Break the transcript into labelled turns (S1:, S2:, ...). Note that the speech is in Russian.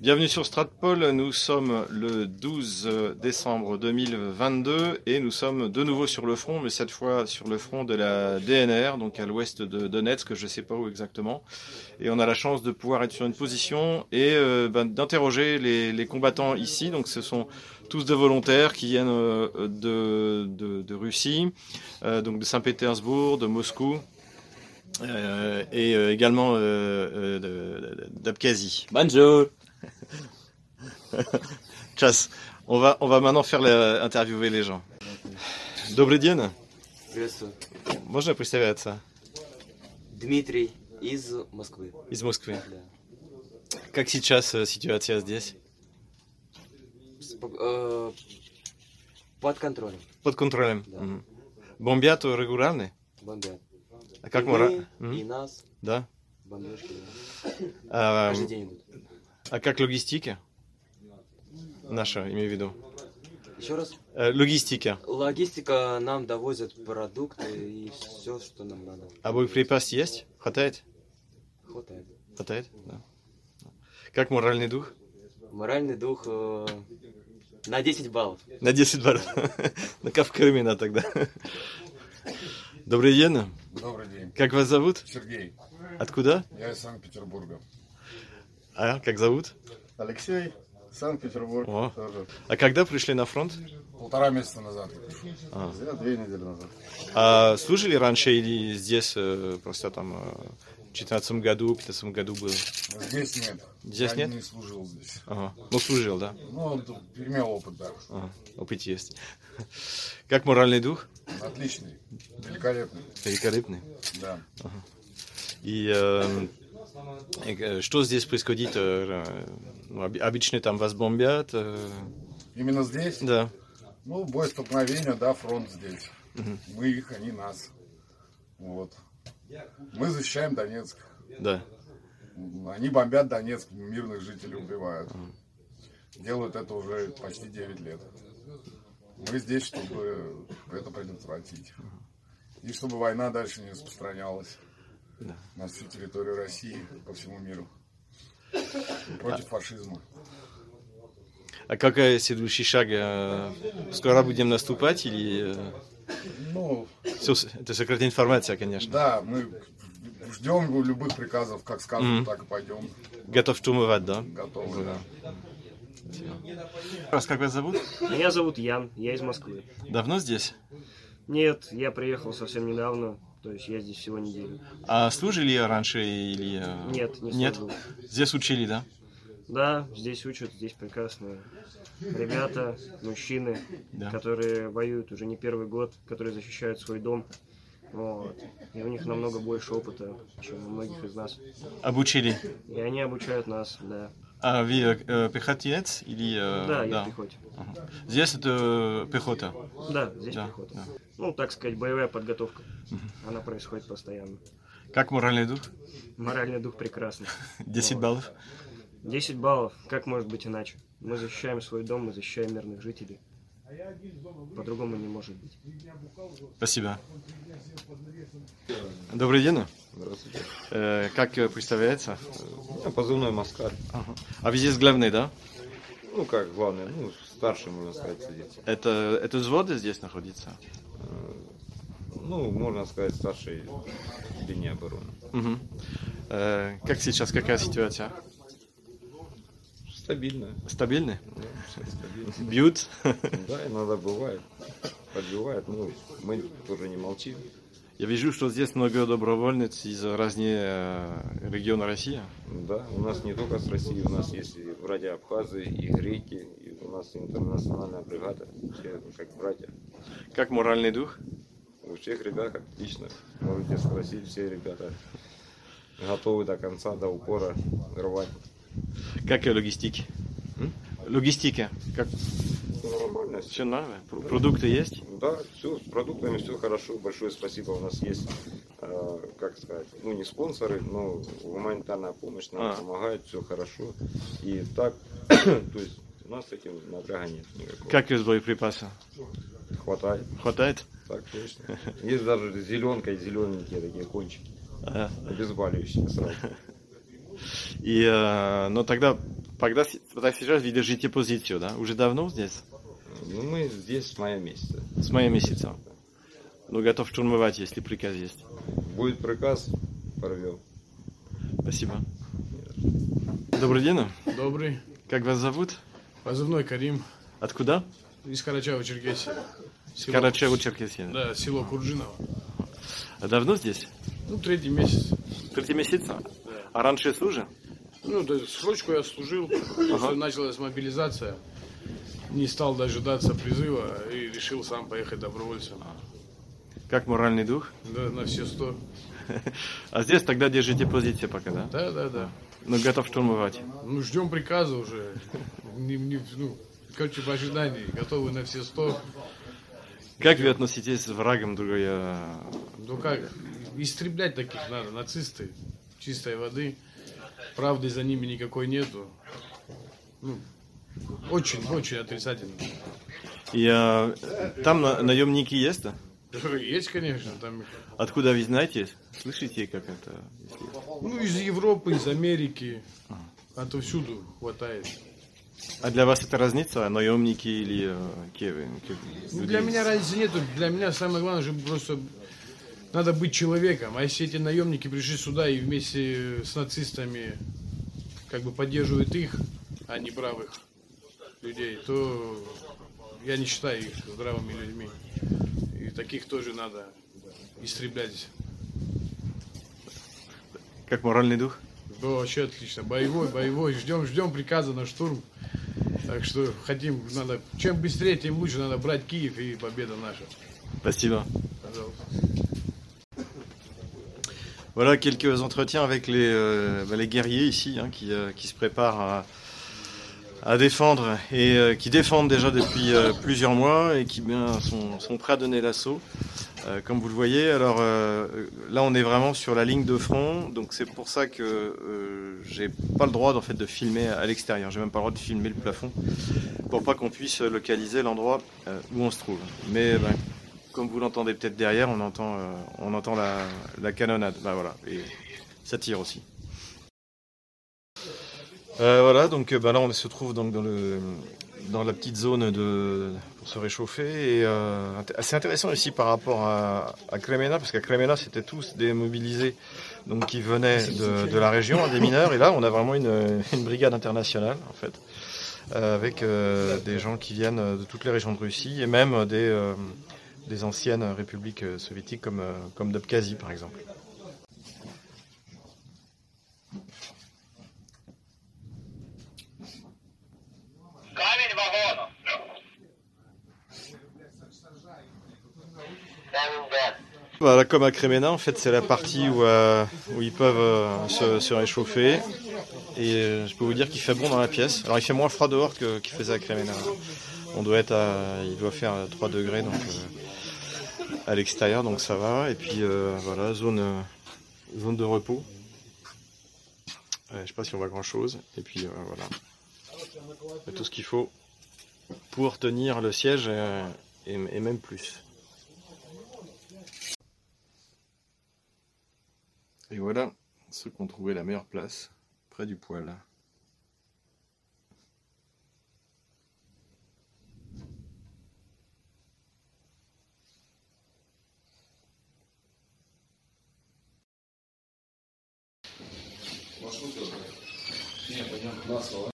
S1: Bienvenue sur Stratpol, nous sommes le 12 décembre 2022 et nous sommes de nouveau sur le front, mais cette fois sur le front de la DNR, donc à l'ouest de Donetsk, je ne sais pas où exactement. Et on a la chance de pouvoir être sur une position et euh, ben, d'interroger les, les combattants ici, donc ce sont tous des volontaires qui viennent euh, de, de, de, Russie, euh, donc de Saint-Pétersbourg, de Moscou, euh, et euh, également euh, d'Abkhazie.
S2: Bonjour.
S1: Chasse. On va, on va maintenant faire la, interviewer les gens. Добрый день.
S3: Приветствую.
S1: Можно представляться?
S3: Дмитрий из Москвы.
S1: Из Москвы. Да. Как сейчас э, ситуация здесь?
S3: э, Под контролем.
S1: Под контролем. Да. Угу. Бомбят регулярно?
S3: Бомбят.
S1: А как Эм. и мы...
S3: мы... Mm -hmm. И нас.
S1: Да.
S3: Бомбежки. Да. А, Каждый день идут.
S1: А как логистики? Наша, имею в виду.
S3: Еще раз?
S1: Э, логистика.
S3: Логистика, нам довозят продукты и все, что нам надо.
S1: А боеприпас есть? Хватает?
S3: Хватает.
S1: Хватает? Да. Как моральный дух?
S3: Моральный дух э, на 10 баллов.
S1: На 10 баллов. Ну как в Крымина тогда. Добрый день.
S4: Добрый день.
S1: Как вас зовут?
S4: Сергей.
S1: Откуда?
S4: Я из Санкт-Петербурга.
S1: А как зовут?
S4: Алексей. Санкт-Петербург.
S1: О. Тоже. А когда пришли на фронт?
S4: Полтора месяца назад. А. Две недели назад.
S1: А служили раньше или здесь э, просто там в 14 году, 15 году был?
S4: Здесь нет.
S1: Здесь
S4: Я
S1: нет?
S4: не служил здесь.
S1: Ага. Ну, служил, да?
S4: Ну, имел опыт, да.
S1: А, опыт есть. Как моральный дух?
S4: Отличный. Великолепный.
S1: Великолепный?
S4: Да.
S1: Ага. И э, э, что здесь происходит? Э, обычно там вас бомбят? Э...
S4: Именно здесь?
S1: Да.
S4: Ну, бой столкновения, да, фронт здесь. Угу. Мы их, они нас. Вот. Мы защищаем Донецк.
S1: Да.
S4: Ну, Они бомбят Донецк, мирных жителей убивают. Угу. Делают это уже почти 9 лет. Мы здесь, чтобы это предотвратить. И чтобы война дальше не распространялась да. на всю территорию России, по всему миру. Против а... фашизма.
S1: А какая следующий шаг? э, Скоро будем наступать или...
S4: Ну,
S1: Все, это сократная информация, конечно.
S4: Да, мы ждем любых приказов, как скажут, mm-hmm. так и пойдем.
S1: Готов штурмовать, да?
S4: Готовы, да. да.
S1: Раз, как вас зовут?
S5: Меня зовут Ян, я из Москвы.
S1: Давно здесь?
S5: Нет, я приехал совсем недавно, то есть я здесь всего неделю.
S1: А служили раньше или...
S5: Нет, не
S1: Нет?
S5: служил.
S1: Здесь учили, да?
S5: Да, здесь учат, здесь прекрасные ребята, мужчины, да. которые воюют уже не первый год, которые защищают свой дом. Вот. И у них намного больше опыта, чем у многих из нас.
S1: Обучили?
S5: И они обучают нас, да.
S1: А вы э, пехотинец или... Э,
S5: да, я да. пехоте.
S1: Ага. Здесь это пехота?
S5: Да, здесь да, пехота. Да. Ну, так сказать, боевая подготовка. Она происходит постоянно.
S1: Как моральный дух?
S5: Моральный дух прекрасный.
S1: 10 вот. баллов?
S5: 10 баллов. Как может быть иначе? Мы защищаем свой дом, мы защищаем мирных жителей. По-другому не может быть.
S1: Спасибо. Добрый день.
S6: Здравствуйте.
S1: Э, как представляется?
S6: Ну, позывной Маскар.
S1: Ага. А вы здесь главный, да?
S6: Ну как главный, ну старший, можно сказать, сидит.
S1: Это, это взводы здесь находится?
S6: Э, Ну, можно сказать, старший линии обороны.
S1: Угу. Э, как сейчас, какая ситуация?
S6: Стабильно.
S1: Стабильно?
S6: Да, стабильно.
S1: Бьют?
S6: Да, иногда бывает. Подбивает, ну, мы тоже не молчим.
S1: Я вижу, что здесь много добровольниц из разных регионов России.
S6: Да, у нас не только с России, у нас есть и братья Абхазы, и греки, и у нас интернациональная бригада, все ну, как братья.
S1: Как моральный дух?
S6: У всех ребят отлично. Можете спросить, все ребята готовы до конца, до упора рвать.
S1: Как логистики? Логистика. Как...
S6: Все Ну, нормально.
S1: Все нормально. Продукты есть?
S6: Да, все, с продуктами все хорошо. Большое спасибо. У нас есть, э, как сказать, ну не спонсоры, но гуманитарная помощь нам а. помогает, все хорошо. И так, то есть у нас с этим напряга нет никакого.
S1: Как из боеприпаса?
S6: Хватает.
S1: Хватает?
S6: Так точно. Есть даже зеленка и зелененькие такие
S1: Э,
S6: кончики.
S1: Ага.
S6: Обезболивающие сразу.
S1: И, э, но тогда Тогда, с- тогда сейчас вы держите позицию, да? Уже давно здесь?
S6: Ну, мы здесь с мая месяца.
S1: С мая месяца. Но готов штурмовать, если приказ есть.
S6: Будет приказ, порвем.
S1: Спасибо. Добрый день.
S2: Добрый.
S1: Как вас зовут?
S2: Позывной Карим.
S1: Откуда?
S2: Из Карачаева, Черкесия. Село-
S1: Карачаево-Черкесия.
S2: Да, село Курджиново.
S1: А давно здесь?
S2: Ну, третий месяц.
S1: Третий месяц. А раньше служи?
S2: Ну, то есть срочку я служил, просто началась мобилизация. Не стал дожидаться призыва и решил сам поехать добровольцем.
S1: Как моральный дух?
S2: Да, на все сто.
S1: А здесь тогда держите позицию пока, да?
S2: Да, да, да.
S1: Но готов штурмовать.
S2: Ну, ждем приказа уже. Не- не- ну, короче, в ожидании. Готовы на все сто.
S1: Как вы относитесь к врагам другой? э,
S2: Ну как, истреблять таких надо, нацисты, чистой воды. Правды за ними никакой нету. Ну, очень, очень отрицательно.
S1: И э, там на- наемники есть? да?
S2: Есть, конечно, там. их.
S1: Откуда вы знаете? Слышите, как это? если-
S2: Ну, из Европы, из Америки. Отовсюду хватает.
S1: А для вас это разница, наемники или э, ке- ке-
S2: Ну, для
S1: люди?
S2: меня разницы нету. Для меня самое главное же просто надо быть человеком. А если эти наемники пришли сюда и вместе с нацистами как бы поддерживают их, а не правых людей, то я не считаю их здравыми людьми. И таких тоже надо истреблять.
S1: Как моральный дух?
S2: Да, вообще отлично. Боевой, боевой. Ждем, ждем приказа на штурм. Так что хотим, надо, чем быстрее, тем лучше надо брать Киев и победа наша.
S1: Спасибо.
S2: Пожалуйста.
S1: Voilà quelques entretiens avec les, euh, bah, les guerriers ici hein, qui, euh, qui se préparent à, à défendre et euh, qui défendent déjà depuis euh, plusieurs mois et qui bien, sont, sont prêts à donner l'assaut. Euh, comme vous le voyez, alors euh, là on est vraiment sur la ligne de front, donc c'est pour ça que euh, j'ai pas le droit en fait de filmer à l'extérieur. J'ai même pas le droit de filmer le plafond pour pas qu'on puisse localiser l'endroit euh, où on se trouve. Mais ben, comme vous l'entendez peut-être derrière, on entend, euh, on entend la, la canonnade. Bah voilà, et ça tire aussi. Euh, voilà, donc euh, bah, là on se trouve donc dans le dans la petite zone de pour se réchauffer et euh, int- assez intéressant ici par rapport à, à Cremena parce qu'à Cremena c'était tous des mobilisés donc qui venaient de, de la région hein, des mineurs et là on a vraiment une, une brigade internationale en fait euh, avec euh, des gens qui viennent de toutes les régions de Russie et même des euh, des anciennes républiques euh, soviétiques comme, euh, comme d'Abkhazie par exemple.
S7: Камень вагонов. Да-да-да.
S1: Voilà, comme à Crémena, en fait, c'est la partie où, euh, où ils peuvent euh, se, se réchauffer. Et euh, je peux vous dire qu'il fait bon dans la pièce. Alors, il fait moins froid dehors que- qu'il faisait à Crémena. On doit être à, il doit faire euh, 3 degrés donc, euh, à l'extérieur, donc ça va. Et puis, euh, voilà, zone, euh, zone de repos. Ouais, je sais pas si on voit grand chose. Et puis, euh, voilà. Il y a tout ce qu'il faut pour tenir le siège euh, et- et même plus. Et voilà ceux qui ont trouvé la meilleure place près du poêle.